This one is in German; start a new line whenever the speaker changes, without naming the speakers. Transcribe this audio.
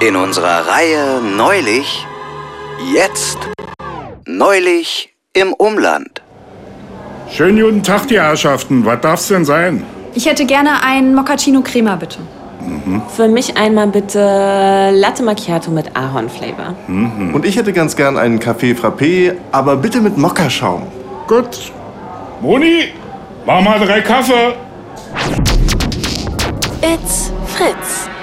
In unserer Reihe Neulich, jetzt, neulich im Umland.
Schönen guten Tag, die Herrschaften. Was darf's denn sein?
Ich hätte gerne einen Moccacino Crema, bitte.
Für mich einmal bitte Latte Macchiato mit Ahornflavor.
Und ich hätte ganz gern einen Kaffee Frappé, aber bitte mit Mokkaschaum.
Gut. Moni, mach mal drei Kaffee.
It's Fritz.